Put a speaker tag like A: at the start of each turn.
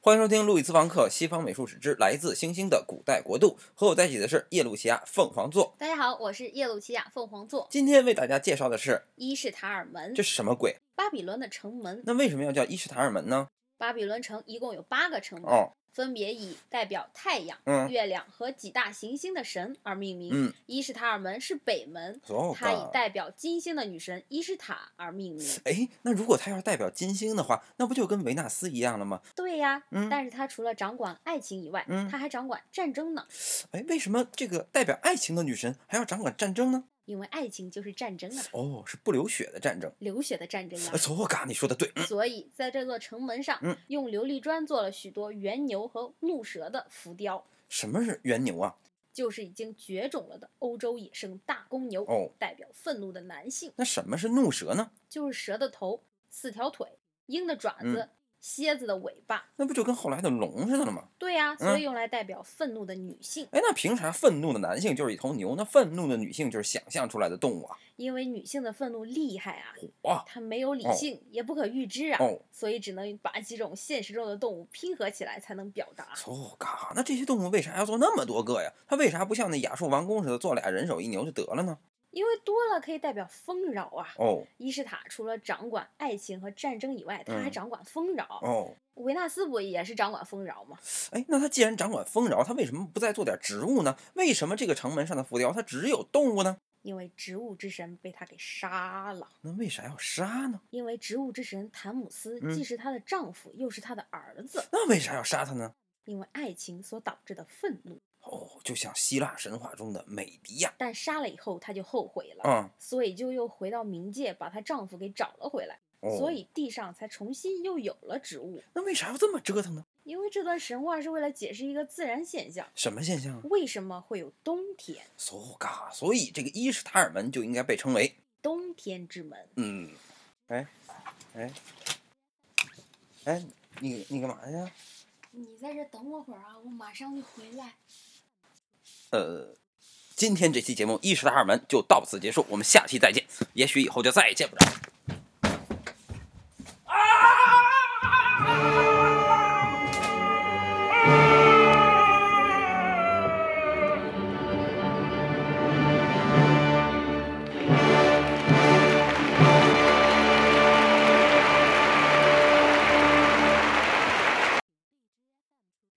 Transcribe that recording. A: 欢迎收听《路易斯·房克：西方美术史之来自星星的古代国度》，和我在一起的是耶鲁奇亚凤凰座。
B: 大家好，我是耶鲁奇亚啊凤凰座，
A: 今天为大家介绍的是
B: 伊什塔尔门
A: 这，是什么鬼？
B: 巴比伦的城门。
A: 那为什么要叫伊什塔尔门呢？
B: 巴比伦城一共有八个城门，
A: 哦，
B: 分别以代表太阳、
A: 嗯，
B: 月亮和几大行星的神而命名。
A: 嗯
B: 伊什塔尔门是北门，
A: 哦，
B: 它以代表金星的女神伊什塔而命名。
A: 哎，那如果它要是代表金星的话，那不就跟维纳斯一样了吗？
B: 对呀，
A: 嗯
B: 但是它除了掌管爱情以外，
A: 嗯
B: 它还掌管战争呢，
A: 哎，为什么这个代表爱情的女神还要掌管战争呢？
B: 因为爱情就是战争啊，
A: 哦，是不流血的战争。
B: 流血的战争啊
A: 哎，。错嘎，你说的对。嗯
B: 所以，在这座城门上，
A: 嗯
B: 用琉璃砖做了许多猿牛和怒蛇的浮雕。
A: 什么是原牛啊？
B: 就是已经绝种了的欧洲野生大公牛，
A: 哦
B: 代表愤怒的男性，
A: 那什么是怒蛇呢？
B: 就是蛇的头、四条腿、鹰的爪
A: 嗯
B: 子、蝎子的尾巴。
A: 那不就跟后来的龙似的了吗？
B: 对呀、所
A: 嗯
B: 以用来代表愤怒的女性，
A: 哎，那凭啥愤怒的男性就是一头牛，那愤怒的女性就是想象出来的动物啊？
B: 因为女性的愤怒厉害啊，
A: 哇
B: 它没有理
A: 哦
B: 性，也不可预知啊，
A: 哦，
B: 所以只能把几种现实中的动物拼合起来才能表达。
A: 错哦嘎，那这些动物为啥要做那么多个呀？它为啥不像那亚述王宫似的做俩人手一牛就得了呢？
B: 因为多了可以代表丰饶啊。
A: 哦
B: 伊什塔除了掌管爱情和战争以外，她还
A: 嗯
B: 掌管丰饶。
A: 哦，
B: 维纳斯不也是掌管丰饶吗？
A: 哎，那它既然掌管丰饶，它为什么不再做点植物呢？为什么这个城门上的浮雕它只有动物呢？
B: 因为植物之神被他给杀了。
A: 那为啥要杀呢？
B: 因为植物之神谭姆斯
A: 嗯
B: 既是她的丈夫，又是她的儿子，
A: 那为啥要杀它呢？
B: 因为爱情所导致的愤怒。
A: 哦，就像希腊神话中的美狄亚
B: 但杀了以后，她就后悔了，
A: 啊、
B: 所以就又回到冥界，把她丈夫给找了回来，
A: 哦，
B: 所以地上才重新又有了植物。
A: 那为啥要这么折腾呢？
B: 因为这段神话是为了解释一个自然现象，
A: 什么现象啊？
B: 为什么会有冬天？
A: 所嘎，所以这个伊什塔尔门就应该被称为
B: 冬天之门，
A: 嗯，哎，哎，哎，你你干嘛去啊？
C: 你在这等我会儿啊，我马上就回来。
A: 呃，今天这期节目《伊什塔尔门》就到此结束，我们下期再见。也许以后就再也见不着。啊！